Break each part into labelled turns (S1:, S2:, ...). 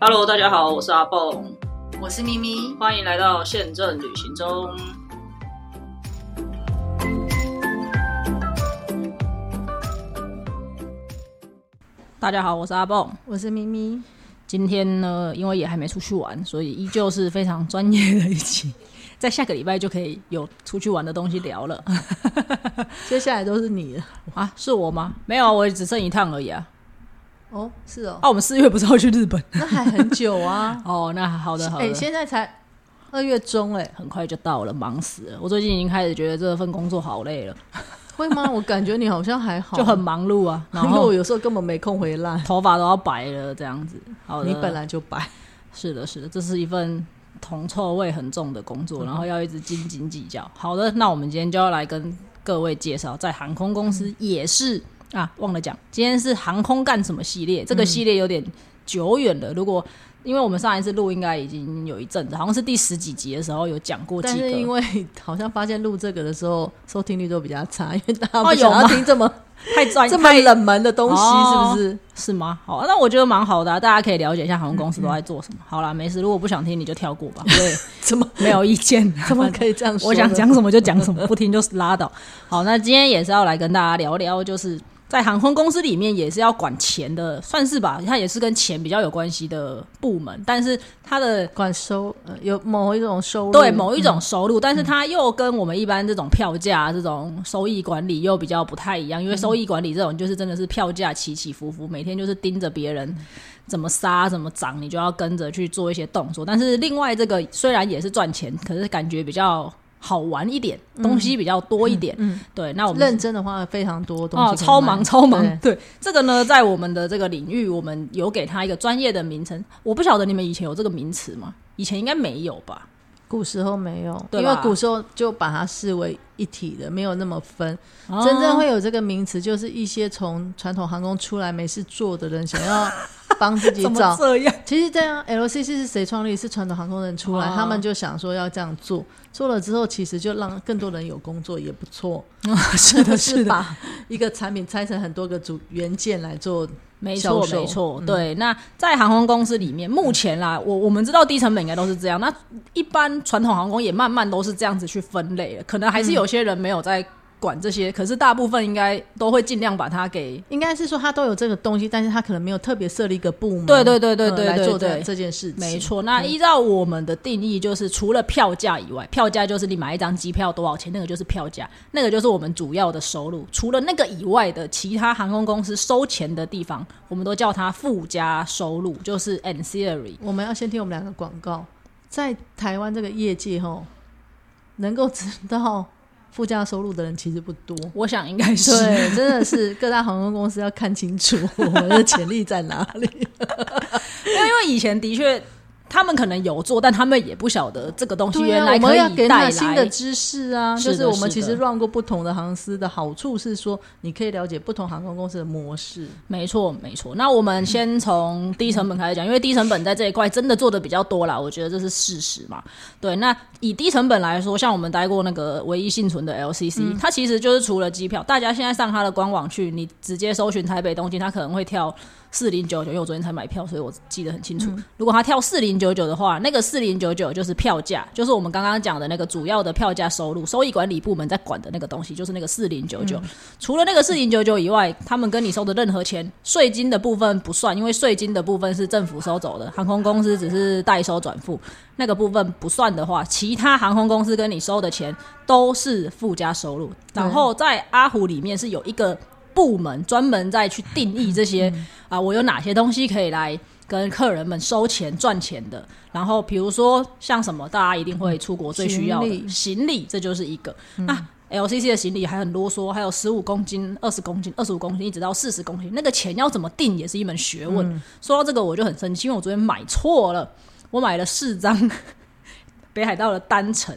S1: Hello，大家好，我是阿蹦，
S2: 我是咪咪，
S1: 欢迎来到宪政旅行中。大家好，我是阿蹦。
S2: 我是咪咪。
S1: 今天呢，因为也还没出去玩，所以依旧是非常专业的一期， 在下个礼拜就可以有出去玩的东西聊 了
S2: 接下来都是你了。
S1: 啊？是我吗？没有啊，我也只剩一趟而已啊。
S2: 哦，是 哦，
S1: 啊，我们四月不是要去日本？
S2: 那还很久啊。
S1: 哦，那好的好的。
S2: 哎、现在才二月中哎、
S1: 很快就到了，忙死了。我最近已经开始觉得这份工作好累了，
S2: 会吗？我感觉你好像还好，
S1: 就很忙碌 啊，然
S2: 因为我
S1: 后
S2: 有时候根本没空回来。
S1: 头发都要白了这样子。好的，
S2: 你本来就白，
S1: 是的，是的，这是一份铜臭味很重的工
S2: 嗯
S1: 作，然后要一直斤斤计较。好的，那我们今天就要来跟各位介绍，在航空公司也是、啊，忘了讲，今天是航空干什么系列，这个系列有点久远了，如果。因为我们上一次录应该已经有一阵子，好像是第十几集的时候有讲过
S2: 但
S1: 几个，
S2: 是因为好像发现录这个的时候收听率都比较差，因为大家
S1: 哦
S2: 不想
S1: 有
S2: 要
S1: 吗
S2: 听这么
S1: 太专
S2: 这么冷门的东西，
S1: 哦
S2: 是不是？
S1: 是吗？好啊，那我觉得蛮好的、啊，大家可以了解一下航空公司都在做什么。
S2: 嗯
S1: 好啦，没事，如果不想听你就跳过吧，我也
S2: 怎么
S1: 没有意见。
S2: 怎么可以这样说呢？
S1: 我想讲什么就讲什么，不听就拉倒。好，那今天也是要来跟大家聊聊，就是在航空公司里面也是要管钱的，算是吧，它也是跟钱比较有关系的部门，但是它的
S2: 管收、呃有某一种收入，嗯
S1: 对某一种收入，但是它又跟我们一般这种票价、这种收益管理又比较不太一样，因
S2: 嗯
S1: 为收益管理这种就是真的是票价起起伏伏，每天就是盯着别人怎么杀、怎么涨，你就要跟着去做一些动作。但是另外这个虽然也是赚钱，可是感觉比较好玩一点，东西比较多一点。
S2: 嗯
S1: 对，那我们
S2: 认真的话非常多东西
S1: 哦，
S2: 可以
S1: 超
S2: 卖
S1: 忙超忙
S2: 对。
S1: 对这个呢，在我们的这个领域，我们有给它一个专业的名称。我不晓得你们以前有这个名词吗？以前应该没有吧？
S2: 古时候没有，
S1: 对
S2: 因
S1: 吧
S2: 为古时候就把它视为一体的，没有那么分。真正会有这个名词，就是一些从传统航空出来没事做的人，想要帮自 己
S1: 怎么
S2: 找。
S1: 这样？
S2: 其实这样，LCC 是谁创立？是传统航空人出来，
S1: 哦
S2: 他们就想说要这样做。做了之后，其实就让更多人有工作，也不错。
S1: 是的，是的，
S2: 把一个产品拆成很多个组元件来做。
S1: 没
S2: 销
S1: 错，
S2: 售
S1: 没错。对，那在航空公司里面，目前啦，我我们知道低成本应该都是这样，那一般传统航空也慢慢都是这样子去分类了。可能还是有些人没有在管这些，可是大部分应该都会尽量把它给。
S2: 应该是说他都有这个东西，但是他可能没有特别设立一个部门，
S1: 对对对对
S2: 呃
S1: 对
S2: 来
S1: 对
S2: 做这
S1: 对，
S2: 这件事情。
S1: 没错，
S2: 嗯
S1: 那依照我们的定义，就是除了票价以外，票价就是你买一张机票多少钱，那个就是票价，那个就是我们主要的收入。除了那个以外的其他航空公司收钱的地方，我们都叫它附加收入，
S2: 嗯
S1: 就是 ancillary。
S2: 我们要先听我们两个广告，在台湾这个业界吼，能够知道附加收入的人其实不多。
S1: 我想应该是。
S2: 对，真的是各大航空公司要看清楚我们的潜力在哪里。
S1: 因为以前的确他们可能有做，但他们也不晓得这个东西
S2: 对
S1: 原
S2: 啊， 我
S1: 来可
S2: 们要
S1: 以
S2: 给
S1: 带
S2: 他
S1: 来。
S2: 新的知识啊，
S1: 是的
S2: 就是我们其
S1: 是
S2: 实
S1: 的
S2: run 过不同的航司的好处是说，你可以了解不同航空公司的模式。
S1: 没错，没错。那我们先从低成本开始讲，因为低成本在这一块真的做的比较多啦，我觉得这是事实嘛。对，那以低成本来说，像我们待过那个唯一幸存的 LCC，、它其实就是除了机票，大家现在上它的官网去，你直接搜寻台北东京，它可能会跳四零九九，因为我昨天才买票，所以我记得很清楚。如果它跳四零九九的话，那个四零九九就是票价，就是我们刚刚讲的那个主要的票价收入，收益管理部门在管的那个东西，就是那个四零九九。除了那个四零九九以外，他们跟你收的任何钱，税金的部分不算，因为税金的部分是政府收走的，航空公司只是代收转付，那个部分不算的话，其他航空公司跟你收的钱都是附加收入。然后在阿虎里面是有一个部门专门在去定义这些
S2: 嗯
S1: 啊、我有哪些东西可以来跟客人们收钱赚钱的。然后比如说像什么，大家一定会出国最需要的
S2: 行李嗯
S1: 行李，这就是一个。啊那 LCC 的行李还很啰嗦，还有十五公斤、二十公斤、二十五公斤，一直到四十公斤，那个钱要怎么定也是一门学问。
S2: 嗯
S1: 说到这个，我就很生气，因为我昨天买错了，我买了四张北海道的单程。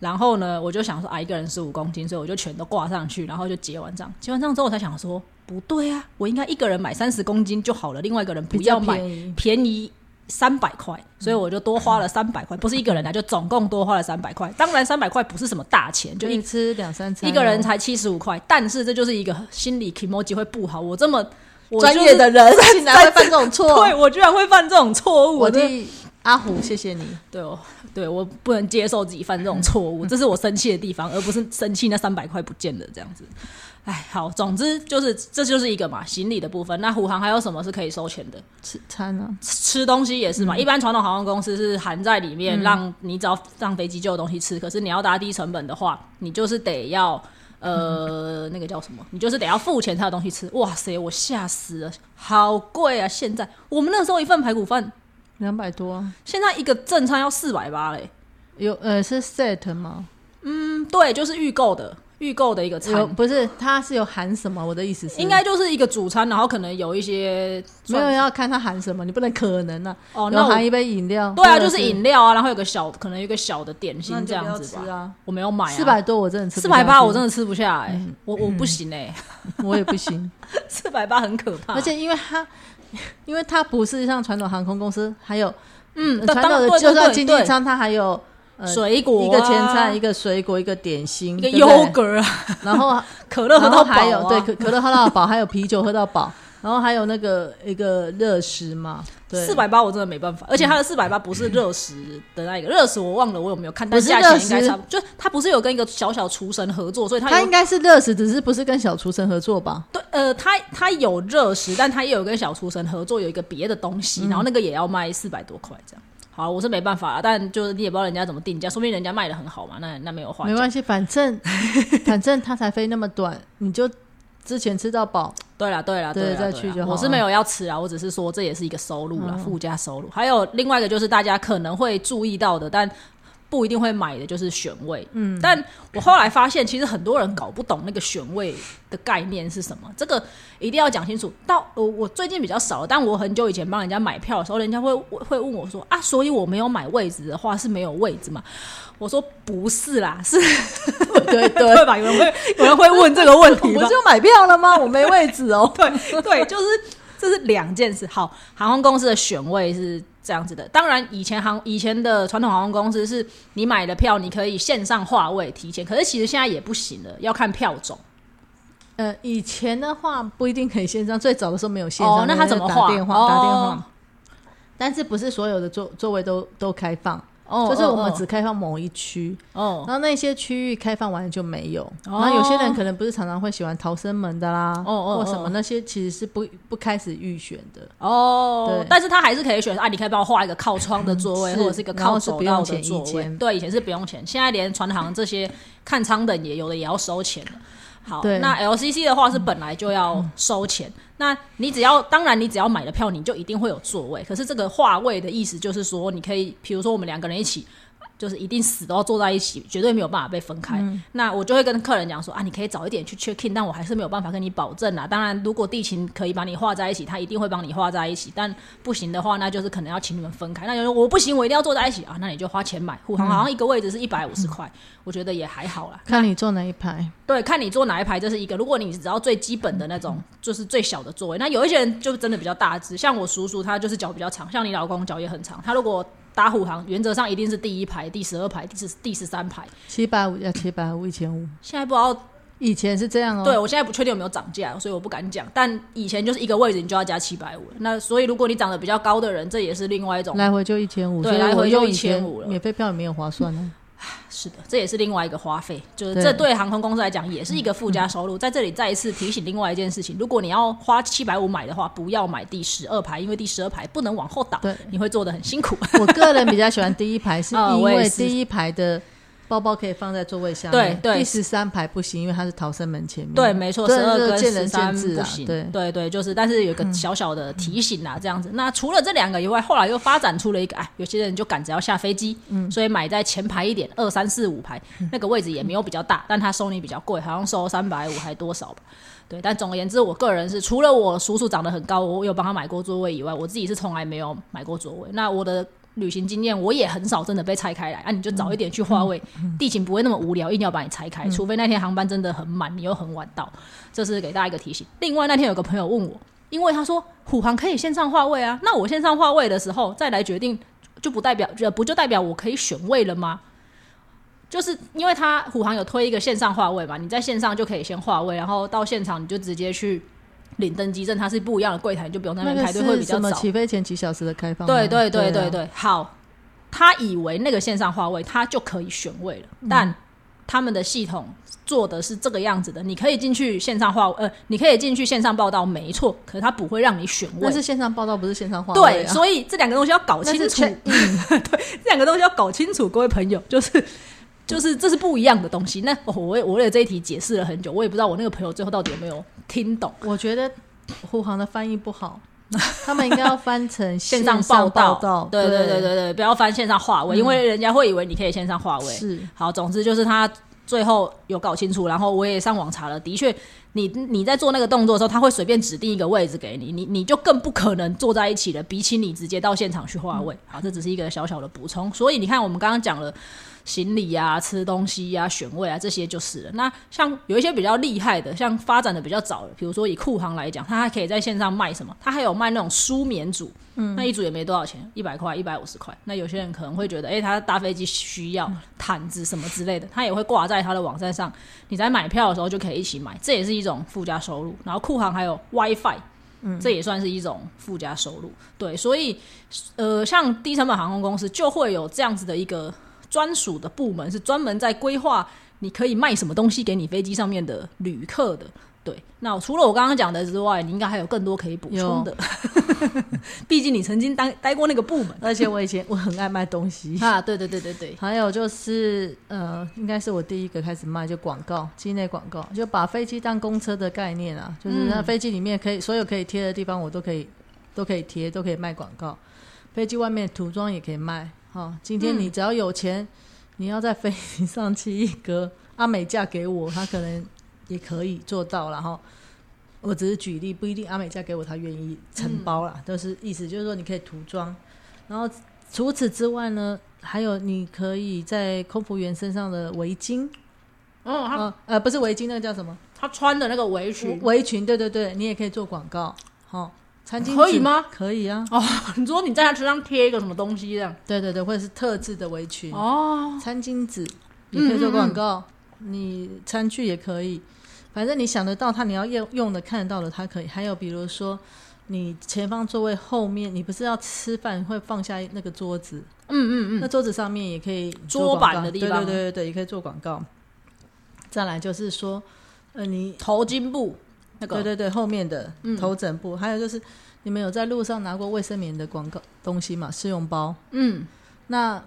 S1: 然后呢，我就想说啊，一个人十五公斤，所以我就全都挂上去，然后就结完账。结完账之后，我才想说，不对啊，我应该一个人买三十公斤就好了，另外一个人不
S2: 比较
S1: 要买
S2: 便宜
S1: 便宜三百块，所以我就多花了三百块，不是一个人啊，就总共多花了三百块。当然，三百块不是什么大钱，就
S2: 就
S1: 一
S2: 一吃两三餐哦，
S1: 一个人才七十五块，但是这就是一个心理 emoji 会不好。我这么我
S2: 专
S1: 就是
S2: 业的人
S1: 在
S2: 竟然会犯这种错。
S1: 对我居然会犯这种错误，
S2: 我
S1: 真的
S2: 替阿虎谢谢你。
S1: 对哦，对我不能接受自己犯这种错误，这是我生气的地方，而不是生气那三百块不见了这样子。哎，好，总之就是这就是一个嘛，行李的部分。那虎航还有什么是可以收钱的？
S2: 吃餐啊，
S1: 吃东西也是嘛，一般传统航空公司是含在里面，让你只要让飞机就有东西吃。可是你要搭低成本的话，你就是得要呃、那个叫什么，你就是得要付钱才有东西吃。哇塞，我吓死了，好贵啊！现在我们那时候一份排骨饭，
S2: 两百多啊，
S1: 现在一个正餐要四百八嘞。
S2: 有呃是 set 吗？
S1: 嗯，对，就是预购的，预购的一个
S2: 有
S1: 餐，
S2: 不是，它是有含什么？我的意思是，
S1: 应该就是一个主餐，然后可能有一些
S2: 没有要看它含什么，你不能可能啊。
S1: 哦，
S2: 有
S1: 那
S2: 含
S1: 我
S2: 一杯饮料，
S1: 对啊，
S2: 或者
S1: 就是饮料啊，然后有个小可能有一个小的点
S2: 那
S1: 心
S2: 你
S1: 这
S2: 就
S1: 样
S2: 不要
S1: 子
S2: 吃
S1: 吧。
S2: 啊。
S1: 我没有买、啊，
S2: 四百多我真的吃
S1: 四百八，我真
S2: 的
S1: 的吃不下哎、
S2: 嗯
S1: 我我不行 哎、
S2: 我也不行。
S1: 四百八很可 怕，
S2: 而且因为它， 因为它不是像传统航空公司，还有
S1: 嗯，
S2: 呃
S1: 当
S2: 传统
S1: 当
S2: 的
S1: 对
S2: 就
S1: 对
S2: 算
S1: 对
S2: 经济
S1: 对，
S2: 舱，它还有呃
S1: 水果、
S2: 一个前菜，一
S1: 一
S2: 个水果，一个点心，
S1: 个
S2: 对不对
S1: yogurt 啊，
S2: 然后
S1: 可 乐喝
S2: 然
S1: 到
S2: 后
S1: 饱、啊，
S2: 还有对可可乐喝到饱，还有啤酒喝到饱，然后还有那个一个热食嘛，对，嗯
S1: 四百八我真的没办法，而且它的四百八不是热食的那一个，热食我忘了我有没有看，但
S2: 不是
S1: 价钱
S2: 热
S1: 应该
S2: 食
S1: 差不多，就它不是有跟一个小小厨神合作，所以它
S2: 他
S1: 有
S2: 应该是热食，只是不是跟小厨神合作吧？
S1: 对，呃，他他有热食，但他也有跟小厨神合作，有一个别的东西，然后那个也要卖四百多块这样。好，我是没办法啦，但就是你也不知道人家怎么定价，说不定人家卖的很好嘛，那那没有话
S2: 没
S1: 讲。
S2: 关系，反正反正它才飞那么短，你就之前吃到饱，
S1: 对啦，对啦，
S2: 对
S1: 啦，
S2: 再
S1: 对
S2: 去
S1: 啦
S2: 就好
S1: 我是
S2: 了嗯
S1: 没有要吃啊，我只是说这也是一个收入啦，附加收入。还有另外一个就是大家可能会注意到的，但不一定会买的就是选位。嗯，但我后来发现，其实很多人搞不懂那个选位的概念是什么，这个一定要讲清楚。到我我最近比较少了，但我很久以前帮人家买票的时候，人家会会问我说啊，所以我没有买位置的话是没有位置嘛？我说不是啦，是
S2: 对对，
S1: 对吧？有人会有人会问这个问
S2: 我
S1: 题
S2: 不
S1: 吧。
S2: 是？有买票了吗？我没位置哦
S1: 对对，就是这是两件事。好，航空公司的选位是这样子的。当然，以前航以前的传统航空公司是你买了票，你可以线上划位提前，可是其实现在也不行了，要看票种。
S2: 呃，以前的话不一定可以线上，最早的时候没有线上，
S1: 哦那他
S2: 他
S1: 怎么
S2: 打
S1: 画
S2: 电话？打电
S1: 哦
S2: 话。但是不是所有的座座位都都开放，
S1: 哦
S2: 就是我们只开放某一区，
S1: 哦
S2: 然后那些区域开放完了就没有。
S1: 哦
S2: 然后有些人可能不是常常会喜欢逃生门的啦，
S1: 哦哦
S2: 或什么
S1: 哦
S2: 那些其实是不不开始预选的。
S1: 哦
S2: 对，
S1: 但是他还是可以选啊，你可以帮我画一个靠窗的座位，
S2: 嗯
S1: 或者是一个
S2: 是然
S1: 靠
S2: 后是
S1: 走
S2: 不用
S1: 道的
S2: 钱
S1: 座
S2: 一
S1: 位。
S2: 间
S1: 对，以前是不用钱，现在连船航这些看舱等也有的也要收钱了。好，
S2: 对
S1: 那 LCC 的话是本来就要收钱，那你只要当然你只要买了票，你就一定会有座位。可是这个划位的意思就是说，你可以比如说我们两个人一起。就是一定死都要坐在一起，绝对没有办法被分开。那我就会跟客人讲说啊，你可以早一点去 check in，但我还是没有办法跟你保证啊。当然，如果地勤可以把你画在一起，他一定会帮你画在一起。但不行的话，那就是可能要请你们分开。那有人说我不行，我一定要坐在一起啊，那你就花钱买。护航好像一个位置是一百五十块，我觉得也还好啦。
S2: 看你坐哪一排，
S1: 对，看你坐哪一排，这是一个。如果你只要最基本的那种，就是最小的座位，那有一些人就真的比较大只，像我叔叔他就是脚比较长，像你老公脚也很长。他如果打虎航，原则上一定是第一排、第十二排、第十第十三排。
S2: 七百五要七百五，一千五。
S1: 现在不知道，
S2: 以前是这样哦，
S1: 对我现在不确定有没有涨价，所以我不敢讲。但以前就是一个位置你就要加七百五，那所以如果你长得比较高的人，这也是另外一种
S2: 来回就一千五，
S1: 对
S2: 所以
S1: 来回
S2: 我
S1: 就
S2: 用以
S1: 1500
S2: 前
S1: 了
S2: 免费票也没有划算哦呢。
S1: 是的，这也是另外一个花费，就是
S2: 对
S1: 这对航空公司来讲也是一个附加收入。在这里再一次提醒另外一件事情：如果你要花七百五买的话，不要买第十二排，因为第十二排不能往后倒
S2: 对，
S1: 你会坐得很辛苦。
S2: 我个人比较喜欢第一 排，是
S1: 啊
S2: 因
S1: 我也
S2: 为
S1: 是
S2: 第一排的包包可以放在座位下面，
S1: 对对
S2: 第十三排不行，因为它是逃生门前面。
S1: 对，没错，十
S2: 这
S1: 二
S2: 这
S1: 跟
S2: 见
S1: 十
S2: 仁
S1: 三
S2: 见智
S1: 不
S2: 啊
S1: 行。
S2: 对嗯
S1: 对对，就是，但是有个小小的提醒啊，这样子。那除了这两个以外，后来又发展出了一个，哎，有些人就赶着要下飞机，
S2: 嗯
S1: 所以买在前排一点，二三四五排那个位置也没有比较大，但他收你比较贵，好像收三百五还多少吧。对，但总而言之，我个人是除了我叔叔长得很高，我有帮他买过座位以外，我自己是从来没有买过座位。那我的旅行经验，我也很少真的被拆开来啊。你就早一点
S2: 嗯
S1: 去划位， 地勤不会那么无聊，一定要把你拆开，除非那天航班真的很满，你又很晚到。这是给大家一个提醒。另外那天有个朋友问我，因为他说虎航可以线上划位啊，那我线上划位的时候再来决定，就不代表呃不就代表我可以选位了吗？就是因为他虎航有推一个线上划位嘛，你在线上就可以先划位，然后到现场你就直接去领登机证，它是不一样的柜台，你就不用在那
S2: 那
S1: 边
S2: 个
S1: 排队会
S2: 是
S1: 比
S2: 什
S1: 较
S2: 么？
S1: 早。
S2: 起飞前几小时的开放吗？
S1: 对对对
S2: 对
S1: 对
S2: 啊
S1: 对，好，他以为那个线上话位他就可以选位了，
S2: 嗯
S1: 但他们的系统做的是这个样子的，你可以进去线上话，呃，你可以进去线上报道，没错，可是他不会让你选位
S2: 那。是线上报道，不是线上话位
S1: 对，
S2: 啊
S1: 所以这两个东西要搞
S2: 那
S1: 清
S2: 是
S1: 楚，
S2: 全
S1: 这两个东西要搞清楚，各位朋友，就是就是这是不一样的东西。那我我为我为了这一题解释了很久，我也不知道我那个朋友最后到底有没有听懂。
S2: 我觉得护航的翻译不好， 他们应该要翻 成
S1: 线
S2: 上
S1: 上报
S2: 道。
S1: 对
S2: 对
S1: 对
S2: 嗯
S1: 对对对，不要翻线上话位，因为人家会以为你可以线上话位。
S2: 是
S1: 好，总之就是他最后有搞清楚，然后我也上网查了，的确，你你在做那个动作的时候，他会随便指定一个位置给你，你你就更不可能坐在一起了，比起你直接到现场去换位。好，这只是一个小小的补充。所以你看，我们刚刚讲了。行李啊、吃东西啊、选位啊，这些就是了。那像有一些比较厉害的，像发展的比较早的，比如说以酷航来讲，它还可以在线上卖什么？它还有卖那种舒眠组，嗯，那一组也没多少钱，一百块、一百五十块。那有些人可能会觉得，哎、他搭飞机需要毯子什么之类的，他也会挂在他的网站上，你在买票的时候就可以一起买，这也是一种附加收入。然后酷航还有 WiFi。嗯，这也算是一种附加收入，对，所以，呃，像低成本航空公司就会有这样子的一个专属的部门，是专门在规划你可以卖什么东西给你飞机上面的旅客的。对，那除了我刚刚讲的之外，你应该还有更多可以补充的， 毕竟你曾经当待过那个部门，
S2: 而且我以前我很爱卖东西
S1: 啊。对对对对对，
S2: 还有就是呃，应该是我第一个开始卖就广告，机内广告，就把飞机当公车的概念啊，就是那飞机里面可以、所有可以贴的地方我都可以都可以贴，都可以卖广告。飞机外面涂装也可以卖，哈、今天
S1: 嗯
S2: 你只要有钱，你要在飞机上去一格， 阿美价给我，他可能也可以做到然后我只是举例，不一定阿美价给我，他愿意承包
S1: 嗯
S2: 啦。就是意思就是说，你可以涂装，然后除此之外呢，还有你可以在空服员身上的围巾，
S1: 哦，他
S2: 呃呃，不是围巾，那个叫什么？
S1: 他穿的那个围裙，
S2: 围裙，对对对，你也可以做广告，好、哦，餐巾
S1: 可以
S2: 纸
S1: 吗？哦
S2: 可以啊，
S1: 你说你在他身上贴一个什么东西这样？
S2: 对对对，或者是特制的围裙，
S1: 哦，嗯
S2: 餐巾纸也可以做广告，你餐具也可以，反正你想得到它，你要用用的、看得到的，它可以。还有比如说，你前方座位后面，你不是要吃饭会放下那个桌子，
S1: 嗯嗯
S2: 那桌子上面也可以做
S1: 桌板
S2: 广告
S1: 的地方
S2: 对对对对对，也可以做广告。再来就是说，呃，你
S1: 嗯，头巾布那个，嗯
S2: 对对对，后面的头枕部，还有就是你们有在路上拿过卫生棉的广告东西嘛？试用包，
S1: 嗯，
S2: 那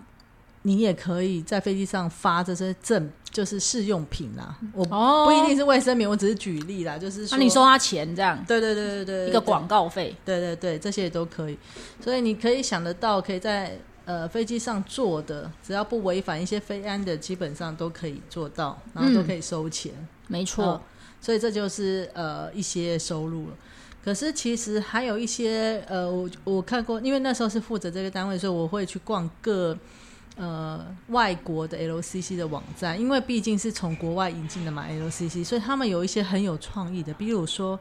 S2: 你也可以在飞机上发这些证，就是试用品啦。我
S1: 哦
S2: 不一定是卫生棉，我只是举例啦，就是
S1: 那、
S2: 说，
S1: 你收他钱这样，
S2: 对对对对对，
S1: 一个
S2: 对，
S1: 广告费。
S2: 对对对，这些也都可以。所以你可以想得到，可以在呃飞机上做的，只要不违反一些飞安的，基本上都可以做到，然
S1: 嗯
S2: 后都可以收钱。
S1: 没错，
S2: 哦所以这就是呃一些收入了。可是其实还有一些呃，我我看过，因为那时候是负责这个单位，所以我会去逛各呃外国的 LCC 的网站，因为毕竟是从国外引进的嘛 LCC，所以他们有一些很有创意的，比如说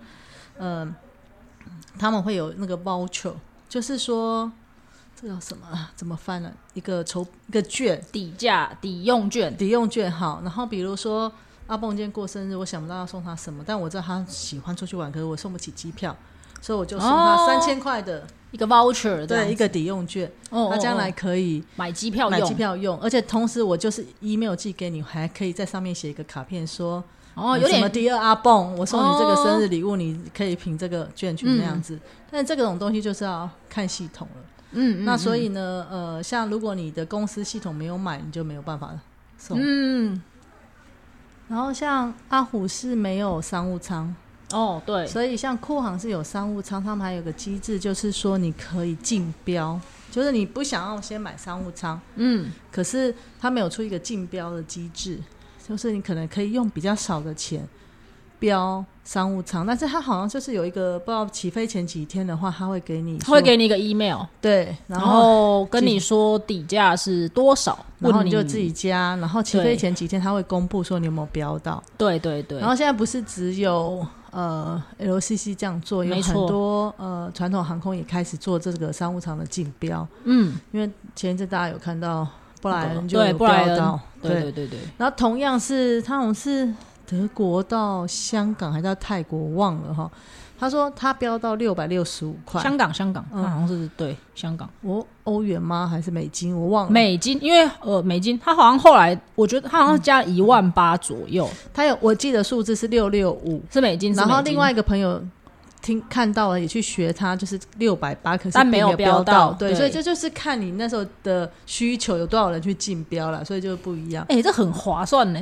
S2: 呃他们会有那个 voucher，就是说这叫什么啊？怎么翻呢？一个筹一个券，
S1: 抵价抵用券，
S2: 抵用券好，然后比如说阿蹦今天过生日，我想不到要送他什么，但我知道他喜欢出去玩，可是我送不起机票，所以我就送他
S1: 哦
S2: 三千块的，
S1: 一个 voucher 这样
S2: 对，一个抵用券，
S1: 哦，
S2: 他将来
S1: 哦
S2: 可以
S1: 哦买机票
S2: 买
S1: 用，
S2: 机票用，而且同时我就是 email 寄给你，还可以在上面写一个卡片说，
S1: 哦，
S2: 嗯
S1: 有
S2: 什么
S1: 点
S2: 第二阿蹦，我送你这个
S1: 哦
S2: 生日礼物，你可以凭这个券去那样子，但这种东西就是要看系统了。
S1: 嗯，
S2: 那所以呢，呃，像如果你的公司系统没有买，你就没有办法送。
S1: 嗯，
S2: 然后像阿虎是没有商务舱，
S1: 哦，对，
S2: 所以像酷航是有商务舱，他们还有个机制，就是说你可以竞标，就是你不想要先买商务舱，
S1: 嗯，
S2: 可是他们有出一个竞标的机制，就是你可能可以用比较少的钱标商务舱，但是他好像就是有一个不知道起飞前几天的话，他会给你
S1: 他会
S2: 说
S1: 给你一个 email，
S2: 对，
S1: 然
S2: 然后。
S1: 后跟你说底价是多少，
S2: 然后
S1: 问
S2: 你就自己加，然后起
S1: 对
S2: 飞前几天他会公布说你有没有标到，
S1: 对对对
S2: 然，后现在不是只有呃 LCC 这样做，有
S1: 没
S2: 很
S1: 错
S2: 多呃传统航空也开始做这个商务舱的竞标，
S1: 嗯，
S2: 因为前一阵大家有看到布莱恩就
S1: 对
S2: 有
S1: 布莱
S2: 标
S1: 恩
S2: 到，
S1: 对对对对，
S2: 然后同样是他好像是德国到香港还是到泰国忘了哈，他说他标到六百六十五块，
S1: 香港，香港，它
S2: 嗯
S1: 好像是对香港
S2: 我欧元吗还是美金我忘了，
S1: 美金，因为呃美金，它好像后来我觉得它好像加一万八左右
S2: 他有我记得数字是六六五，
S1: 是美金，是
S2: 然后
S1: 美金
S2: 另外一个朋友听看到了，也去学他，就是六百八，可是
S1: 但
S2: 并
S1: 没
S2: 没
S1: 有标
S2: 标
S1: 到
S2: 对，
S1: 对
S2: 所以这就是看你那时候的需求有多少人去竞标了，所以就不一样。
S1: 哎、这很划算呢。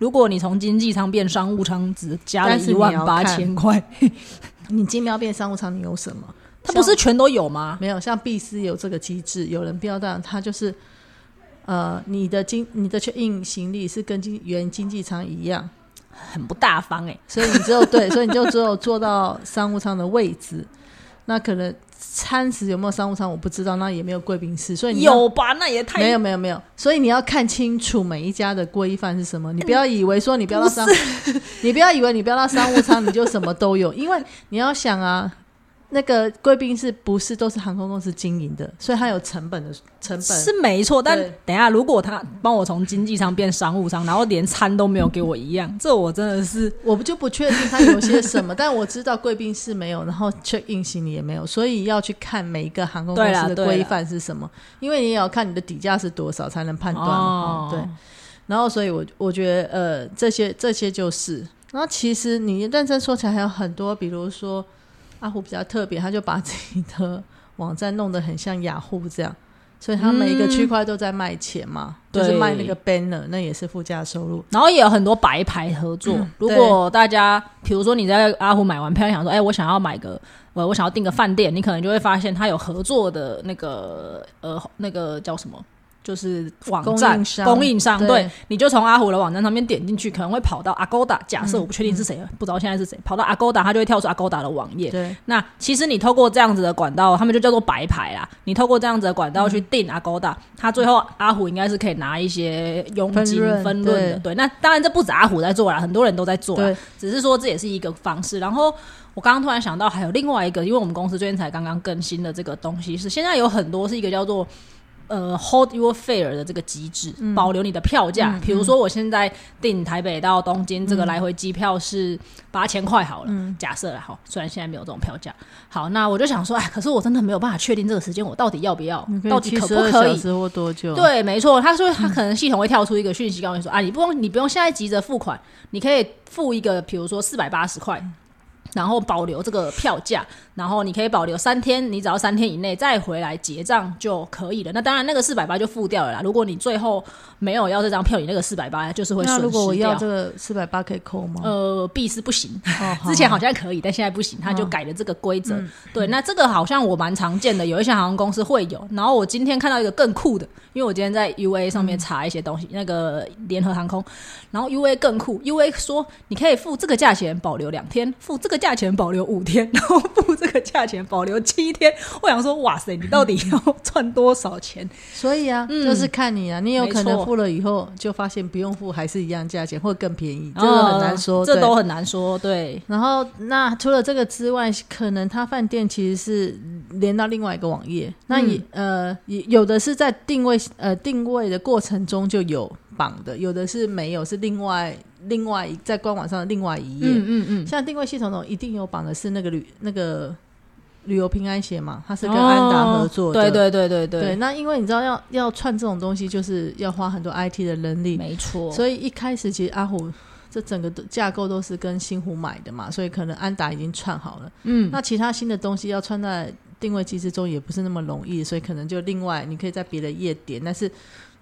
S1: 如果你从经济舱变商务舱，只加了
S2: 但是
S1: 一
S2: 你要
S1: 万八千块，
S2: 你竞标变商务舱，你有什么？
S1: 它不是全都有吗？
S2: 没有，像必思有这个机制，有人标到，它就是。呃，你的经你的 check in 行李是跟经原经济舱一样，
S1: 很不大方哎、
S2: 所以你只 有对，所以你就只有坐到商务舱的位置。那可能餐食有没有商务舱我不知道，那也没有贵宾室，所以你要
S1: 有吧？那也太
S2: 没有没有没有，所以你要看清楚每一家的规范是什么。你不要以为说你不要到商， 你不要以为你不要到商务舱你就什么都有，因为你要想啊，那个贵宾室不是都是航空公司经营的，所以它有成本的成本。
S1: 是没错，但
S2: 对
S1: 等一下如果他帮我从经济舱变商务舱，然后连餐都没有给我一样，这我真的是
S2: 我不就不确定它有些什么，但我知道贵宾室没有，然后 check in 行李也没有，所以要去看每一个航空公
S1: 对啦
S2: 司的
S1: 对啦
S2: 规范是什么，因为你也要看你的底价是多少才能判断嘛。
S1: 哦
S2: 哦对，然后所以我我觉得呃这些这些就是，然后其实你认真说起来还有很多，比如说阿虎比较特别，他就把自己的网站弄得很像雅虎这样，所以他每一个区块都在卖钱嘛，
S1: 对
S2: 就是卖那个 banner，那也是附加收入。
S1: 然后也有很多白牌合作。
S2: 嗯
S1: 如果大家，比如说你在阿虎买完票，想说，哎、我想要买个，呃我我想要订个饭店，你可能就会发现它有合作的那个呃那个叫什么？就是网站
S2: 供应商
S1: 供应商对
S2: 对
S1: 你就从阿虎的网站上面点进去，可能会跑到 Agoda，假设我不确定是谁，
S2: 嗯
S1: 不知道现在是谁，跑到 Agoda，它就会跳出 Agoda 的网页，
S2: 对，
S1: 那其实你透过这样子的管道，他们就叫做白牌啦。你透过这样子的管道去定 Agoda，、他最后阿虎应该是可以拿一些佣金
S2: 分润
S1: 分润的。对，那当然这不止阿虎在做啦，很多人都在做啦
S2: 对。
S1: 只是说这也是一个方式。然后我刚刚突然想到还有另外一个，因为我们公司最近才刚刚更新的这个东西是，现在有很多是一个叫做。呃，hold your fare 的这个机制，
S2: 嗯
S1: 保留你的票价。比、如说，我现在订台北到东京这个来回机票是八千块好了，
S2: 嗯
S1: 假设啦好，虽然现在没有这种票价，好，那我就想说，哎，可是我真的没有办法确定这个时间我到底要不要
S2: 你，
S1: 到
S2: 可
S1: 底
S2: 以七
S1: 可
S2: 十
S1: 不可
S2: 二小
S1: 以？
S2: 时或多久？，啊
S1: 对，没错，他说他可能系统会跳出一个讯息告诉你说、啊，你不用你不用现在急着付款，你可以付一个，比如说四百八十块。然后保留这个票价，然后你可以保留三天，你只要三天以内再回来结账就可以了。那当然，那个四百八就付掉了啦。如果你最后没有要这张票，你那个四百八就是会损
S2: 那
S1: 失
S2: 如果我要
S1: 掉。
S2: 这个四百八可以扣吗？
S1: 呃，币是不行，
S2: 哦，好
S1: 之前好像可以，但现在不行，他就改了这个规则。
S2: 嗯
S1: 对，那这个好像我蛮常见的，有一些航空公司会有。然后我今天看到一个更酷的，因为我今天在 U A 上
S2: 嗯
S1: 面查一些东西，那个联合航空，然后 U A 更酷，U A 说你可以付这个价钱保留两天，付这个价钱保留五天， 然后付这个价钱保留七天。我想说，哇塞，你到底
S2: 嗯
S1: 要赚多少钱？
S2: 所以啊，
S1: 嗯
S2: 就是看你啊，你有可
S1: 没
S2: 能
S1: 错
S2: 付了以后就发现不用付，还是一样价钱，或更便宜，这
S1: 哦
S2: 个很难说。
S1: 这
S2: 对
S1: 都很难说。对，
S2: 然后，那除了这个之外，可能他饭店其实是连到另外一个网页，那也、
S1: 嗯
S2: 呃也有的是在定位呃定位的过程中就有绑的，有的是没有，是另外另外一在官网上的另外一页。
S1: 嗯嗯嗯，
S2: 像定位系统中一定有绑的是那个旅那个旅游平安险嘛，它是跟安达合作的。
S1: 哦对对对对对，
S2: 哦对，那因为你知道要要串这种东西，就是要花很多 IT 的人力，
S1: 没错。
S2: 所以一开始其实阿虎这整个的架构都是跟新虎买的嘛，所以可能安达已经串好了。
S1: 嗯，
S2: 那其他新的东西要串在定位机制中也不是那么容易，所以可能就另外你可以在别的页点，但是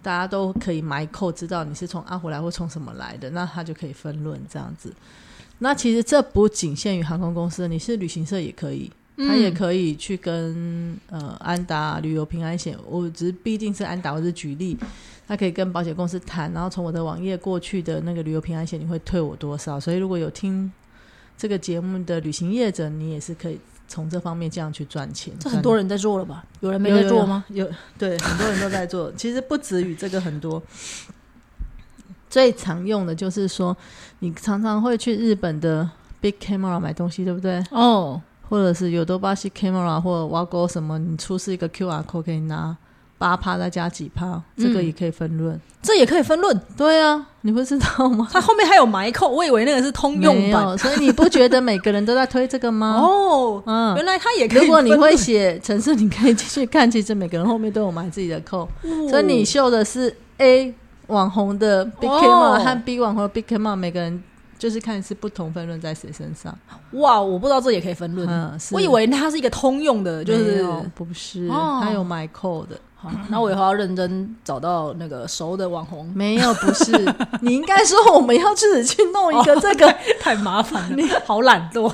S2: 大家都可以埋扣，知道你是从阿虎来或从什么来的，那他就可以分论这样子。那其实这不仅限于航空公司，你是旅行社也可以。他也可以去跟呃安达旅游平安险，我只是毕竟是安达，我只是举例，他可以跟保险公司谈，然后从我的网页过去的那个旅游平安险，你会退我多少？所以如果有听这个节目的旅行业者，你也是可以从这方面这样去赚钱。
S1: 这很多
S2: 人
S1: 人在做了吧？有人没在做吗？？
S2: 有有有对，很多人都在做。其实不止于这个，很多最常用的就是说，你常常会去日本的 Big Camera 买东西，对不对？
S1: 哦，
S2: 或者是有多巴西 camera 或者挖沟什么，你出示一个 QR code 可以拿八趴再加几趴，这个
S1: 嗯
S2: 也可以分论。
S1: 这也可以分论。
S2: 对啊，你不知道吗？
S1: 它后面还有埋扣，我以为那个是通
S2: 没
S1: 用版
S2: 有，所以你不觉得每个人都在推这个 吗？
S1: 哦。
S2: 嗯，
S1: 原来它也可以分论。
S2: 如果你会写程式，你可以继续看，其实每个人后面都有埋自己的扣，
S1: 哦，
S2: 所以你秀的是 A 网红的 Big
S1: 哦
S2: Camera、和 B 网红的 Big Camera，每个人就是看是不同分论在谁身上。
S1: 哇，我不知道这也可以分论。
S2: 嗯，是
S1: 我以为它是一个通用的，就
S2: 没
S1: 是
S2: 有不是，
S1: 哦
S2: 他有埋扣的，
S1: 好，那我以后要认真找到那个熟的网 红，
S2: 没有不是。你应该说我们要自己去弄一个这个，
S1: 太麻烦了，你好懒惰。，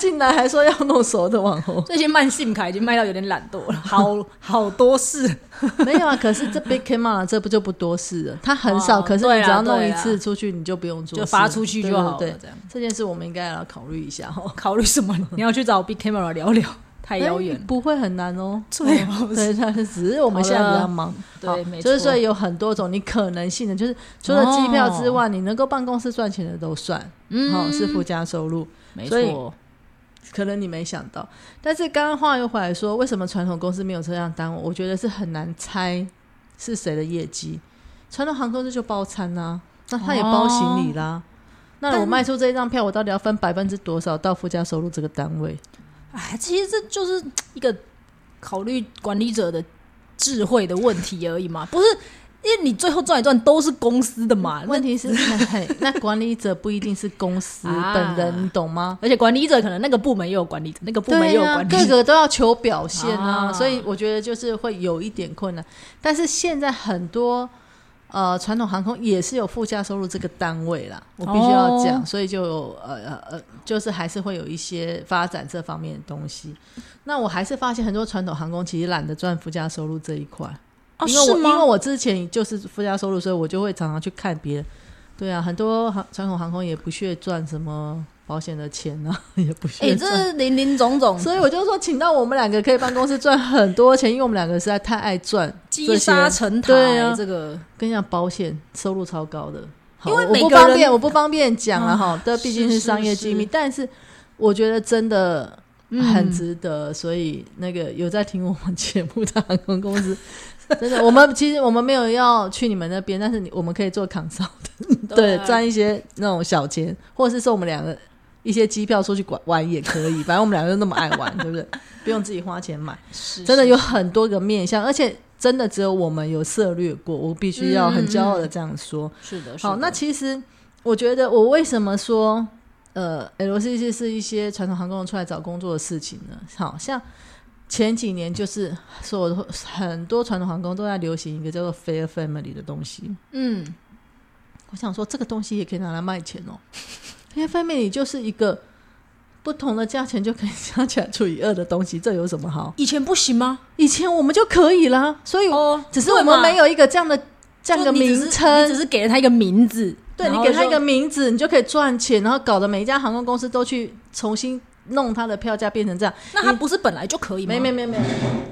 S2: 进来还说要弄熟的网红
S1: 这些慢信卡已经卖到有点懒惰了，好好多事。
S2: 没有啊。可是这 Big Camera 这不就不多事了，他很少，
S1: 哦
S2: 可是
S1: 对
S2: 你
S1: 啦
S2: 只要弄一
S1: 对
S2: 次
S1: 啦
S2: 出去，你啊就不用做事
S1: 就
S2: 了，
S1: 发出去就好了
S2: 对对对
S1: 这样
S2: 这件事我们应该也要考虑一下哦。
S1: 考虑什么？你要去找 Big Camera 聊聊，太遥远
S2: 哎
S1: 了。
S2: 不会很难哦。
S1: 最好是
S2: 对，但是只是我们现在比较忙，
S1: 好了对
S2: 好
S1: 没错
S2: 就是所以有很多种你可能性的，就是除了机票之外，你能够办公室赚钱的都算，
S1: 嗯
S2: 好是附加收入，
S1: 没
S2: 所以
S1: 错，
S2: 可能你没想到。但是刚刚话又回来说，为什么传统公司没有这样单位？我觉得是很难猜是谁的业绩。传统航空公司就包餐
S1: 哦
S2: 啊，那他也包行李啦。那我卖出这一张票，我到底要分百分之多少到附加收入这个单位？
S1: 哎，其实这就是一个考虑管理者的智慧的问题而已嘛，不是？因为你最后赚一赚都是公司的嘛，那
S2: 问题是，嘿那管理者不一定是公 司
S1: 啊
S2: 本人，你懂吗？
S1: 而且管理者可能那个部门也有管理者，那个部门也
S2: 对
S1: 有
S2: 啊
S1: 管，理
S2: 各
S1: 者。
S2: 个都要求表现啊，
S1: 啊
S2: 所以我觉得就是会有一点困难。但是现在很多呃传统航空也是有附加收入这个单位啦，我必须要讲，
S1: 哦
S2: 所以就有呃呃呃，就是还是会有一些发展这方面的东西。那我还是发现很多传统航空其实懒得赚附加收入这一块。
S1: 啊
S2: 因为我
S1: 是吗
S2: 因为我之前就是附加收入，所以我就会常常去看别人。对啊，很多航传统航空也不屑赚什么保险的钱啊， 也不
S1: 哎、
S2: 屑
S1: 这
S2: 赚。
S1: 是林林总总，
S2: 所以我就说，请到我们两个可以办公室赚很多钱，因为我们两个实在太爱赚。
S1: 积沙成塔、
S2: 对啊
S1: 这个
S2: 跟你讲，保险收入超高的，好
S1: 因为
S2: 我
S1: 每
S2: 我不
S1: 个人
S2: 方便，我不方便讲了哈，这毕竟
S1: 是
S2: 是
S1: 是
S2: 商业机密。
S1: 是
S2: 但是我觉得真的很
S1: 嗯
S2: 值得，所以那个有在听我们节目的航空公司。真的，我们其实我们没有要去你们那边，但是你我们可以做 consult，对，
S1: 啊
S2: 赚一些那种小钱，或者是说我们两个一些机票出去玩玩也可 以，反正我们两个都那么爱玩，对不对？不用自己花钱买，
S1: 是
S2: 真的
S1: 是
S2: 有很多个面向，而且真的只有我们有涉略过，我必须要很骄傲的这样说。
S1: 是嗯的，是
S2: 好，
S1: 的
S2: 那其实我觉得我为什么说呃 LCC 是一些传统航空人出来找工作的事情呢？好像前几年就是所有很多传统航空都在流行一个叫做 Fair Family 的东西，
S1: 嗯，
S2: 我想说这个东西也可以拿来卖钱哦。Fair Family 就是一个不同的价钱就可以 加起来除以二的东西，这有什么好？
S1: 以前不行吗？
S2: 以前我们就可以啦，所以
S1: 哦，
S2: 只是我们没
S1: 有
S2: 有一个这样的这样的名
S1: 你只
S2: 称。
S1: 是给了他一个名字，
S2: 对你给他一个名字，你就可以赚钱，然后搞得每一家航空公司都去重新弄它的票价变成这样。
S1: 那他不是本来就可以吗？
S2: 没没没没，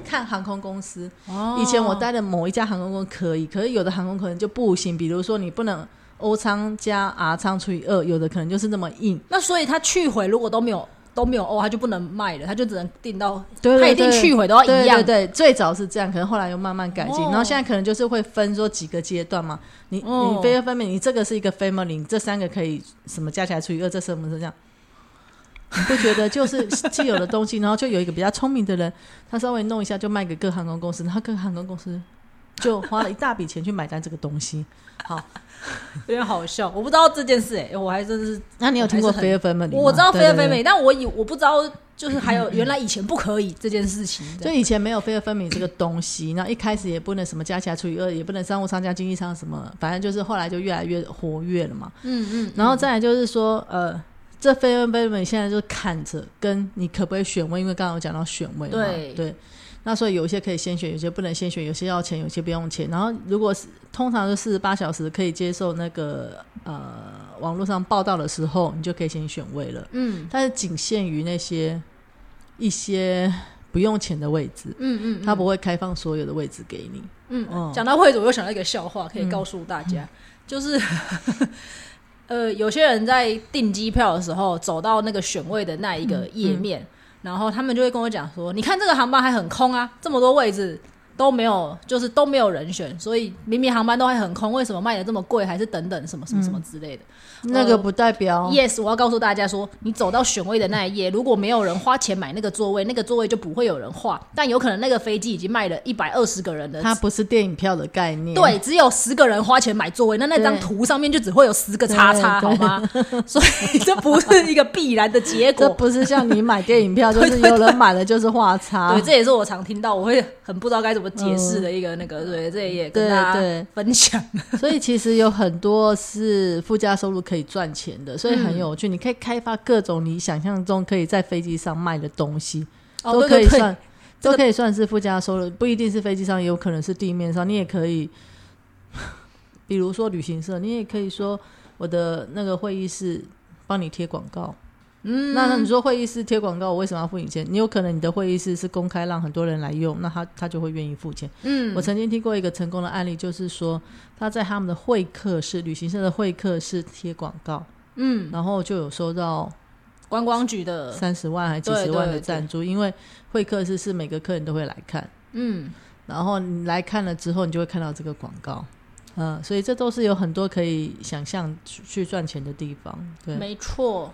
S2: 看航空公司。
S1: 哦
S2: 以前我待的某一家航空公司可以，可是有的航空可能就不行，比如说你不能 O 仓加 R 仓除以二，有的可能就是那么硬。
S1: 那所以他去回如果都没有都没有哦，他就不能卖了，他就只能定到
S2: 对
S1: 他一定去回都要一样
S2: 对对对，最早是这样，可能后来又慢慢改进，
S1: 哦
S2: 然后现在可能就是会分说几个阶段嘛。你、
S1: 哦
S2: 你非要分辨，你这个是一个 family，你这三个可以什么加起来除以二，这什么是这样？你不觉得就是 既有的东西，然后就有一个比较聪明的人，他稍微弄一下就卖给各航空公司，然后各航空公司就花了一大笔钱去买单这个东西。好，
S1: 有点好笑。我不知道这件事、哎，我还真是
S2: 那你有听过
S1: 还是
S2: fair family？吗
S1: 我知道
S2: 对
S1: 菲尔
S2: 对
S1: 菲
S2: 对
S1: 美，但我以我不知道就是还有原来以前不可以这件事情，
S2: 就以前没有非二分明这个东西，那一开始也不能什么加起来除以二，也不能商务舱加经济舱什么，反正就是后来就越来越活跃了嘛。
S1: 嗯嗯，
S2: 然后再来就是说，呃，这非二分明现在就是砍着跟你可不可以选位，因为刚刚有讲到选位嘛，
S1: 对
S2: 那所以有一些可以先选，有些不能先选，有些要钱，有些不用钱。然后如果是通常是四十八小时可以接受那个呃网络上报道的时候，你就可以先选位了，
S1: 嗯
S2: 但是仅限于那些一些不用钱的位置。
S1: 嗯嗯，
S2: 他不会开放所有的位置给你。
S1: 嗯
S2: 哦，
S1: 讲到会所，我又想到一个笑话，可以告诉大家，就是 呃，有些人在订机票的时候，走到那个选位的那一个页面，然后他们就会跟我讲说：“你看这个航班还很空啊，这么多位置。”都没有，就是都没有人选，所以明明航班都还很空，为什么卖的这么贵？还是等等什么什么什么之类的。
S2: 那个不代表
S1: Yes，我要告诉大家说，你走到选位的那一页，如果没有人花钱买那个座位，那个座位就不会有人画。但有可能那个飞机已经卖了一百二十个人的，
S2: 它不是电影票的概念。
S1: 对，只有十个人花钱买座位，那那张
S2: 嗯对
S1: 图上面就只会有十个叉叉，好
S2: 对对
S1: 吗？ 所以这不是一个必然的结
S2: 这
S1: 果。
S2: 不是像你买电 影票，就是有人买了就是画叉。
S1: 对，这也是我常听到，我会很不知道该怎么解释的一个那个，对，这也跟
S2: 对
S1: 大家
S2: 嗯对
S1: 分 享。
S2: 所以其实有很多是附加收入可以赚钱的，所以
S1: 嗯
S2: 很有趣。你可以开发各种你想象中可以在飞机上卖的东西，
S1: 哦
S2: 都
S1: 对
S2: 可以
S1: 对对
S2: 算，
S1: 这个
S2: 都可以算是附加收入，不一定是飞机上，也有可能是地面上。你也可以， 比如说旅行社，你也可以说我的那个会议室帮你贴广告。嗯，那那你说会议室贴广告，我为什么要付你钱？你有可能你的会议室是公开让很多人来用，那他他就会愿意付钱。
S1: 嗯
S2: 我曾经听过一个成功的案例，就是说他在他们的会客室，旅行社的会客室贴广告，
S1: 嗯，
S2: 然后就有收到
S1: 观光局的，
S2: 三十万还几
S1: 对
S2: 十万
S1: 对
S2: 的赞助，因为会客室是每个客人都会来看，
S1: 嗯，
S2: 然后你来看了之后，你就会看到这个广告。嗯，所以这都是有很多可以想象去去赚钱的地方。对，嗯
S1: 没错。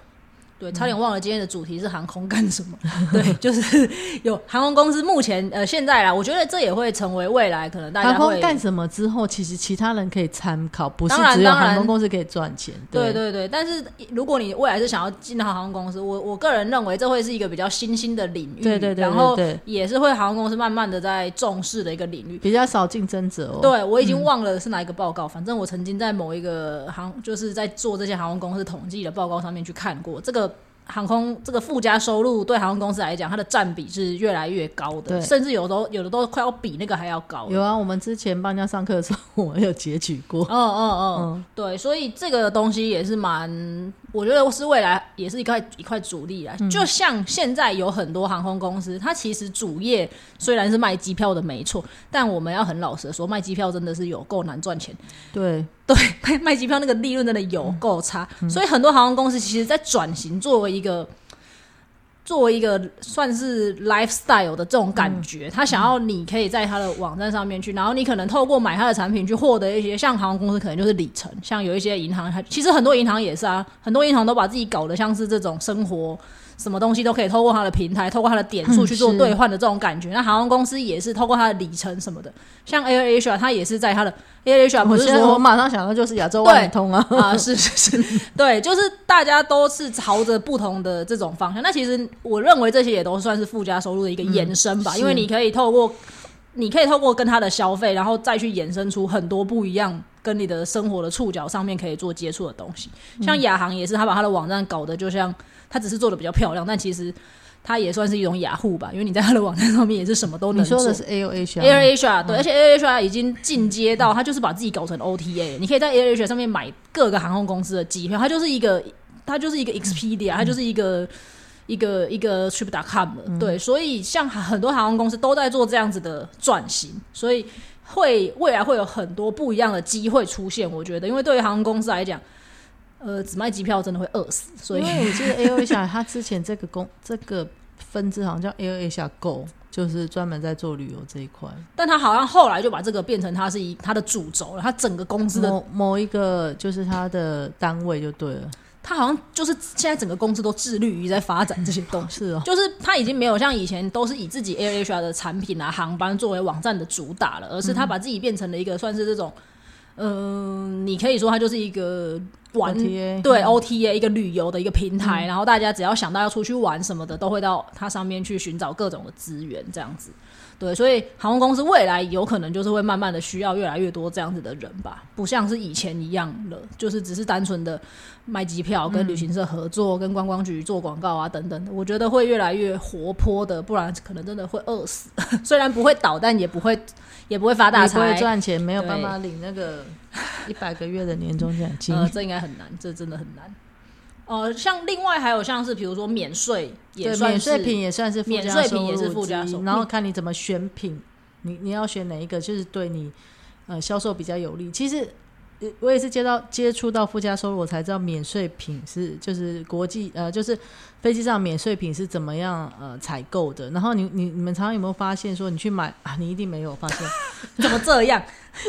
S1: 对，差点忘了今天的主题是航空干什么。 对，就是有航空公司目前呃现在啦，我觉得这也会成为未来可能大
S2: 航
S1: 家
S2: 空
S1: 会
S2: 干什么之后，其实其他人可以参考，不是
S1: 当然
S2: 只有
S1: 当然
S2: 航空公司可以赚钱。
S1: 对对对，但是如果你未来是想要进到航空公司，我我个人认为这会是一个比较新兴的领域，
S2: 对对对
S1: 然后
S2: 对对
S1: 也是会航空公司慢慢的在重视的一个领域。
S2: 比较少竞争者哦。
S1: 对，我已经忘了是哪一个报
S2: 嗯
S1: 告，反正我曾经在某一个航，就是在做这些航空公司统计的报告上面去看过这个。航空这个附加收入对航空公司来讲，它的占比是越来越高的，
S2: 对
S1: 甚至有的都有的都快要比那个还要高了。
S2: 有啊，我们之前帮人家上课的时候，我们有截取过。
S1: 哦哦哦，对，所以这个东西也是蛮，我觉得是未来也是一块一块主力啦。就像现在有很多航空公司，它其实主业虽然是卖机票的没错，但我们要很老实的说，卖机票真的是有够难赚钱。
S2: 对，
S1: 对，卖卖机票那个利润真的有
S2: 嗯
S1: 够差，所以很多航空公司其实在转型，作为一个作为一个算是 lifestyle 的这种感
S2: 嗯
S1: 觉，他想要你可以在他的网站上面去，然后你可能透过买他的产品去获得一些，像航空公司可能就是里程，像有一些银行，它其实很多银行也是啊，很多银行都把自己搞得像是这种生活。什么东西都可以透过它的平台，透过它的点数
S2: 嗯
S1: 去做
S2: 是
S1: 兑换的这种感觉。那航空公司也是透过它的里程什么的，像 Air Asia，它也是在它的 Air Asia 啊不
S2: 我
S1: 是
S2: 现在我
S1: 说
S2: 马上想到就是亚洲万里通啊。
S1: 啊，是是是，对，就是大家都是朝着不同的这种方向。那其实我认为这些也都算是附加收入的一个延伸吧，
S2: 嗯是
S1: 因为你可以透过你可以透过跟他的消费，然后再去衍生出很多不一样跟你的生活的触角上面可以做接触的东西。
S2: 嗯
S1: 像亚航也是，他把他的网站搞得就像他只是做的比较漂亮，但其实它也算是一种雅虎吧，因为你在他的网站上面也是什么都能
S2: 你
S1: 做。
S2: 说的是 A O H
S1: Air
S2: 啊？
S1: Asia 对，而且 Air Asia 已经进阶到，它就是把自己搞成 OTA，你可以在 Air Asia 上面买各个航空公司的机票，它就是一个，它就是一个 Expedia，它
S2: 嗯
S1: 就是一个。一个一个 trip.com
S2: 嗯
S1: 的，对，所以像很多航空公司都在做这样子的转型，所以会未来会有很多不一样的机会出现。我觉得，因为对于航空公司来讲，呃，只卖机票真的会饿死，所
S2: 因
S1: 以
S2: 为我记得 A O H 它之前这个公这个分支好像叫 A O H Go，就是专门在做旅游这一块。
S1: 但他好像后来就把这个变成他是一他的主轴了，他整个公司的
S2: 某某一个就是它的单位就对了。
S1: 他好像就是现在整个公司都致力于在发展这些东西，
S2: 是哦，
S1: 就是他已经没有像以前都是以自己 Air Asia 的产品啊、航班作为网站的主打了，而是他把自己变成了一个算是这种，嗯、你可以说它就是一个玩
S2: OTA
S1: 对
S2: 嗯
S1: OTA 一个旅游的一个平台，然后大家只要想到要出去玩什么的，都会到它上面去寻找各种的资源，这样子。对，所以航空公司未来有可能就是会慢慢的需要越来越多这样子的人吧，不像是以前一样了，就是只是单纯的卖机票、跟旅行社合作、跟观光局做广告啊等等的。我觉得会越来越活泼的，不然可能真的会饿死。 虽然不会倒，但也不会也不会发大
S2: 你不会
S1: 财。
S2: 赚钱，没有办
S1: 对
S2: 法领那个 一百个月的年终奖金。
S1: 呃，这应该很难，这真的很难。呃，像另外还有像是比如说免税，也
S2: 对，
S1: 算
S2: 免
S1: 是
S2: 税品也算是附
S1: 免
S2: 加
S1: 税
S2: 收
S1: 品也是
S2: 入
S1: 附
S2: 之
S1: 加
S2: 一
S1: 收入
S2: 然后看你怎么选品，你你要选哪一个，就是对你呃销售比较有利。其实呃我也是接到接触到附加收入，我才知道免税品是就是国际呃，就是飞机上免税品是怎么样呃采购的。然后你你你们常常有没有发现说，你去买啊，你一定没有发现，
S1: 怎么这样？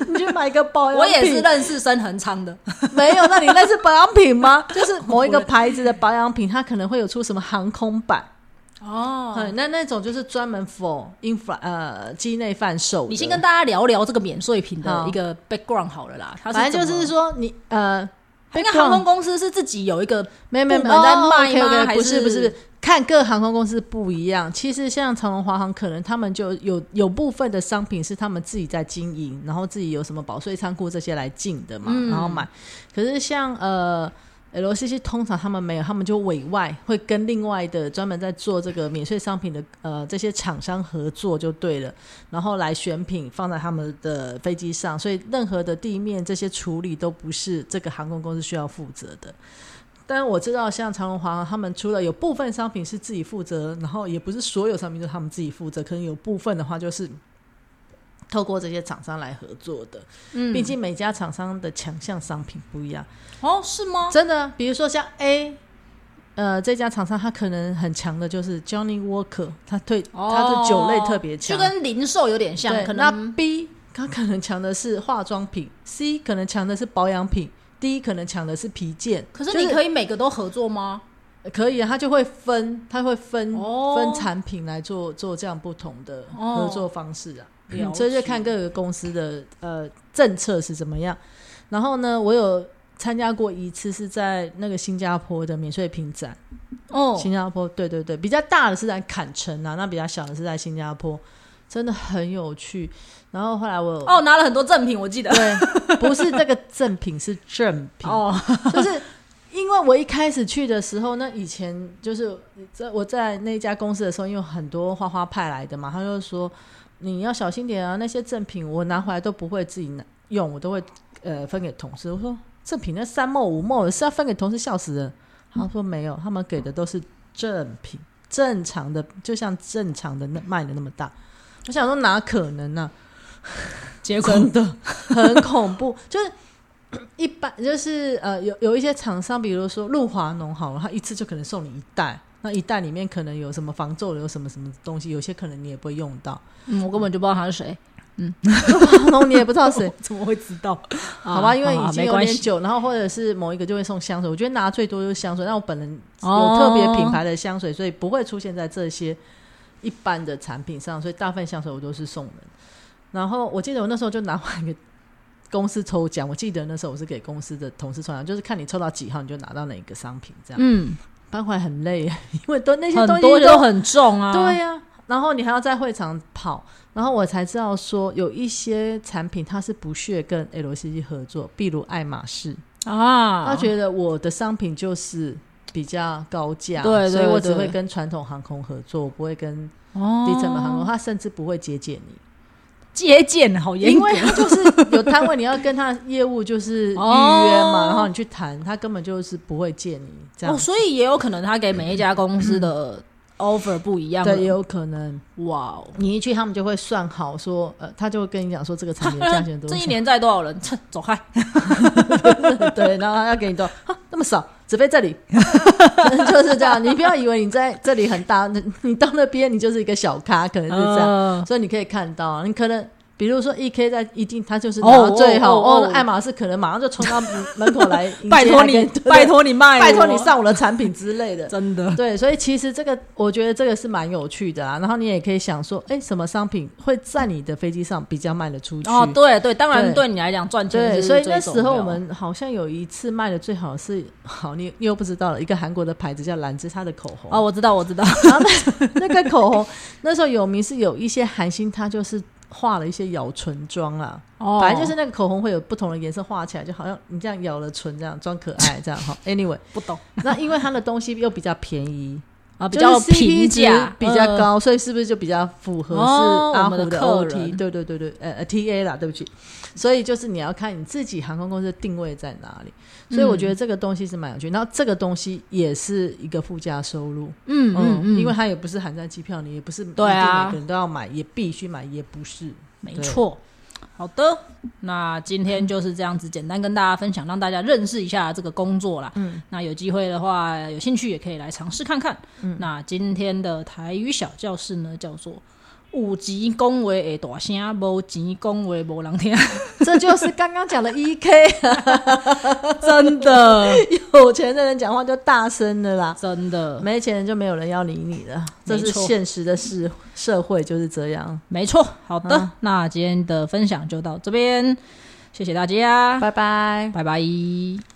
S2: 你去买一个 保养品，
S1: 我也是认识深恒昌的，
S2: 没有，那你那是保养品吗？ 就是某一个牌子的保养品，它可能会有出什么航空版，
S1: 哦。
S2: 嗯，那那种就是专门 for infra 呃机内贩售的。
S1: 你先跟大家聊聊这个免税品的
S2: 好
S1: 一个 background 好了啦，它是
S2: 反正就
S1: 怎么
S2: 是说你呃，
S1: 因为航空公司是自己有一个
S2: 没有没有
S1: 部
S2: 没
S1: 门
S2: 有在
S1: 在卖
S2: 卖
S1: 吗
S2: o
S1: 还
S2: 不是不
S1: 是
S2: 是，看各航空公司不一样。其实像长龙、华航，可能他们就有有部分的商品是他们自己在经营，然后自己有什么保税仓库这些来进的嘛，
S1: 嗯
S2: 然后买。可是像呃。LCC 通常他们没有，他们就委外会跟另外的专门在做这个免税商品的呃这些厂商合作就对了，然后来选品放在他们的飞机上，所以任何的地面这些处理都不是这个航空公司需要负责的。但我知道，像长荣、华航，他们除了有部分商品是自己负责，然后也不是所有商品都是他们自己负责，可能有部分的话就是透过这些厂商来合作的。
S1: 嗯
S2: 毕竟每家厂商的强项商品不一样，
S1: 哦，是吗？
S2: 真的，比如说像 A。呃，这家厂商他可能很强的就是 Johnny Walker，他对、他的酒类特别强，
S1: 哦就跟零售有点像
S2: 对，，
S1: 可
S2: 那
S1: 能
S2: B 它可能强的是化妆品，C 可能强的是保养品，D 可能强的是皮件。
S1: 可是你
S2: 就
S1: 可以每个都合作吗？
S2: 是可以啊，它就会分，它会分、
S1: 哦
S2: 分产品来做做这样不同的
S1: 哦
S2: 合作方式啊。
S1: 了
S2: 嗯所以就
S1: 解
S2: 看各个公司的呃政策是怎么样。然后呢，我有参加过一次是在那个新加坡的免税品展。
S1: 哦，
S2: 新加坡，对对对，比较大的是在坎城啊，那比较小的是在新加坡，真的很有趣。然后后来我有，
S1: 哦，拿了很多赠品，我记得。
S2: 对，不是这个赠品是正品，
S1: 哦，
S2: 就是因为我一开始去的时候，那以前就是在我在那家公司的时候，因为有很多花花派来的嘛，他就说你要小心点啊，那些赠品我拿回来都不会自己拿用，我都会呃分给同事。我说赠品那三毛五毛是要分给同事，笑死人。他说没有，他们给的都是正品，正常的，就像正常的那卖的那么大。我想说哪可能呢、啊
S1: 结
S2: 真的 很恐怖，就是。一般就是呃，有有一些厂商，比如说露华浓好了，他一次就可能送你一袋，那一袋里面可能有什么防皱瘤、什么什么东西，有些可能你也不会用到，
S1: 嗯，我根本就不知道他是谁，
S2: 然后你也不知道谁，
S1: 怎么会知道？
S2: 好吧，因
S1: 啊
S2: 为
S1: 好
S2: 已
S1: 好
S2: 经
S1: 没
S2: 有
S1: 关
S2: 点
S1: 系。
S2: 久，然后或者是某一个就会送香水，我觉得拿最多就是香水。那我本人
S1: 哦
S2: 有特别品牌的香水，所以不会出现在这些一般的产品上，所以大部分香水我都是送人。然后我记得我那时候就拿完一个公司抽奖，我记得那时候我是给公司的同事抽奖，就是看你抽到几号你就拿到哪一个商品，这 样、
S1: 嗯，
S2: 搬回来很累，因为都那些东
S1: 很
S2: 西
S1: 多
S2: 都
S1: 都很重啊。
S2: 对，呀、然后你还要在会场跑，然后我才知道说有一些产品它是不屑跟 LCG 合作，比如爱马仕，
S1: 啊，
S2: 他觉得我的商品就是比较高价，
S1: 对对
S2: 所以我只
S1: 对
S2: 会跟传统航空合作，我不会跟
S1: 哦
S2: 低成本航空，他甚至不会节俭你，
S1: 接见好严
S2: 因
S1: 格
S2: 为他就是有摊位，你要跟他业务就是预约
S1: 哦
S2: 嘛，然后你去谈，他根本就是不会借你这样
S1: 哦，，所以也有可能他给每一家公司的 offer 不一样。啊
S2: 对，也有可能。
S1: 哇哦，
S2: 你一去，他们就会算好说，呃，他就会跟你讲说这个产品的价钱多 少
S1: 这一，年载多少人？哼走 开！
S2: 对，然后他要给你多啊那么少，只飞这 里， 就是这样。你不要以为你在这里很大，你你到那边你就是一个小咖，可能是这样。
S1: 嗯
S2: 所以你可以看到，啊你可能比如说 E K 在一定他就是拿到最好
S1: 哦哦哦
S2: 哦，爱马仕可能马上就冲到门口来迎接
S1: 拜托
S2: 还
S1: 你
S2: 跟对，
S1: 拜托你卖我，
S2: 拜托你上我的产品之类的。
S1: 真的。
S2: 对，所以其实这个我觉得这个是蛮有趣的啊。然后你也可以想说，哎，什么商品会在你的飞机上比较卖得出去？
S1: 哦，对对，当然
S2: 对
S1: 对你来讲赚钱
S2: 对，
S1: 是
S2: 所以
S1: 最哦
S2: 那
S1: 重
S2: 时候
S1: 要
S2: 我们好像有一次卖的最好是，好你你又不知道了，一个韩国的牌子叫兰芝，它的口红
S1: 哦， 我知道，我知道，
S2: 然后那 那个口红那时候有名是有一些韩星，他就是画了一些咬唇妆啦，
S1: 哦
S2: 反正就是那个口红会有不同的颜色画起来，就好像你这样咬了唇这样装可爱这样哈。Anyway，
S1: 不懂
S2: 那因为它的东西又比较便宜，
S1: 啊，比
S2: 就是
S1: 较
S2: CP
S1: 平
S2: 值
S1: 价，
S2: 比较
S1: 呃。
S2: 高，所以是不是就比较符合
S1: 哦
S2: 是阿
S1: 我
S2: 虎
S1: 们的客
S2: OT？
S1: 人
S2: 对对对对，呃呃 TA 啦，对不起。所以就是你要看你自己航空公司的定位在哪里，所以我
S1: 嗯
S2: 觉得这个东西是蛮有趣。然后这个东西也是一个附加收入，
S1: 嗯嗯
S2: 嗯，
S1: 嗯，
S2: 因为它也不是含在机票里，也不是一定
S1: 对啊
S2: 每个人都要买，也必须买，也不是，
S1: 没
S2: 对
S1: 错。好的，那今天就是这样子，简单跟大家分享，让大家认识一下这个工作啦。嗯，那有机会的话，有兴趣也可以来尝试看看。嗯，那今天的台语小教室呢，叫做“有钱恭维会大声，无钱恭维无人听
S2: 这就是刚刚讲的 E K，”
S1: 真 的，
S2: 有钱的人讲话就大声的啦，
S1: 真的，
S2: 没钱人就没有人要理你了，这是
S1: 没错
S2: 现实的事，社会就是这样。
S1: 没错。好的，那今天的分享就到这边，谢谢大家，
S2: 拜拜。
S1: 拜拜